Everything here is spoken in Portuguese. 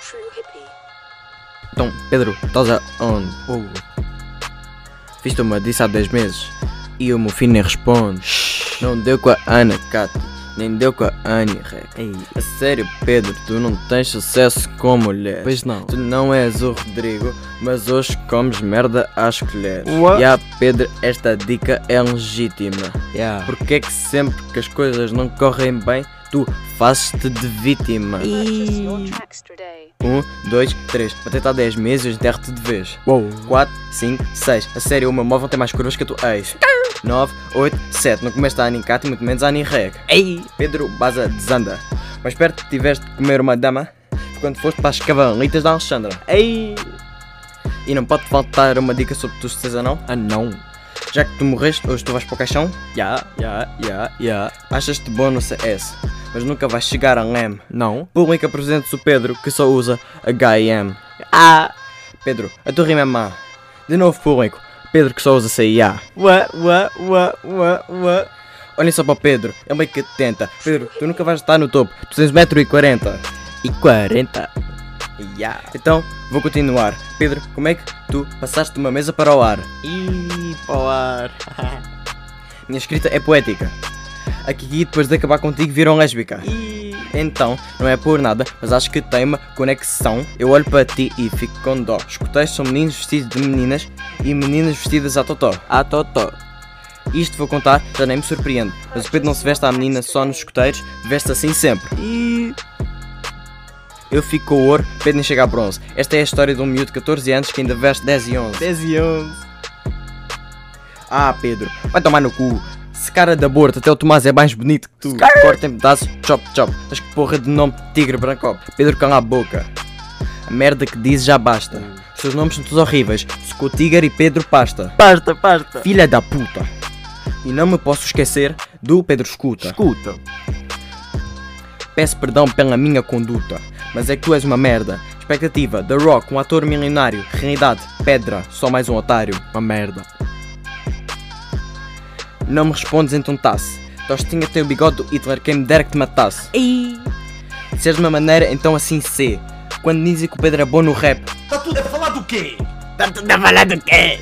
true hippie. Então, Pedro, estás a onde? Hugo. Viste uma disso há 10 meses e o meu filho nem responde. Não deu com a Ana, Cato. Nem deu com a Annie, Rec. Ei, A sério, Pedro, tu não tens sucesso com mulheres. pois não. Tu não és o Rodrigo, mas hoje comes merda às colheres. What? E a Pedro, esta dica é legítima. Yeah. Porque é que sempre que as coisas não correm bem, tu fazes-te de vítima? Purchase your tracks today. 1, 2, 3. Para tentar 10 meses, eu enterro-te de vez. Wow. 4, 5, 6. A sério, uma móvel tem mais curvas que a tua ex. 9, 8, 7. Não comeste a Anicate, muito menos a Aninreg. Ei, Pedro Baza desanda. Mas perto tiveste de comer uma dama quando foste para as cavalitas da Alexandra. ei. E não pode faltar uma dica sobre tu se não. Ah não. Já que tu morreste, hoje tu vais para o caixão. Ya, ya, ya, ya. Achas-te bom no CS, mas nunca vais chegar a um LEM. Não. Pública presente o Pedro, que só usa HM. Ah. Pedro, a tua rima é má. De novo público, Pedro que só usa CIA. Wa, wa, wa, wa, wa. Olhem só para o Pedro, é meio que tenta. Pedro, tu nunca vais estar no topo, tu tens 1,40m. E 40. Yeah. Então, vou continuar. Pedro, como é que tu passaste de uma mesa para o ar? Ih, para o ar. Minha escrita é poética. A Kiki depois de acabar contigo virou lésbica. Ih. Então, não é por nada, mas acho que tem uma conexão. Eu olho para ti e fico com dó. Escutei são meninos vestidos de meninas e meninas vestidas a totó. Ah, totó. Isto vou contar, já nem me surpreende. Mas o Pedro não se veste à menina só nos escuteiros, veste assim sempre. Ih. Eu fico com o ouro, Pedro nem chega a bronze. Esta é a história de um miúdo de 14 anos que ainda veste 10 e 11. 10 e 11. Ah, Pedro, vai tomar no cu. Se cara de aborto, até o Tomás é mais bonito que tu. Corta em pedaços, chop chop. Mas que porra de nome de tigre branco. Pedro, cala a boca. A merda que dizes já basta. Os teus nomes são todos horríveis. Socou Tigre e Pedro Pasta. Pasta, pasta. Filha da puta. E não me posso esquecer do Pedro Escuta. Escuta. Peço perdão pela minha conduta, mas é que tu és uma merda. Expectativa, The Rock, um ator milionário. Realidade, pedra, só mais um otário. Uma merda. Não me respondes então tasse. Tostinha tem o bigode do Hitler, quem me dera que te matasse. Ei. Se és de uma maneira, então assim sê. Quando dizem que o Pedro é bom no rap, Tá tudo a falar do quê? Tá tudo a falar do quê?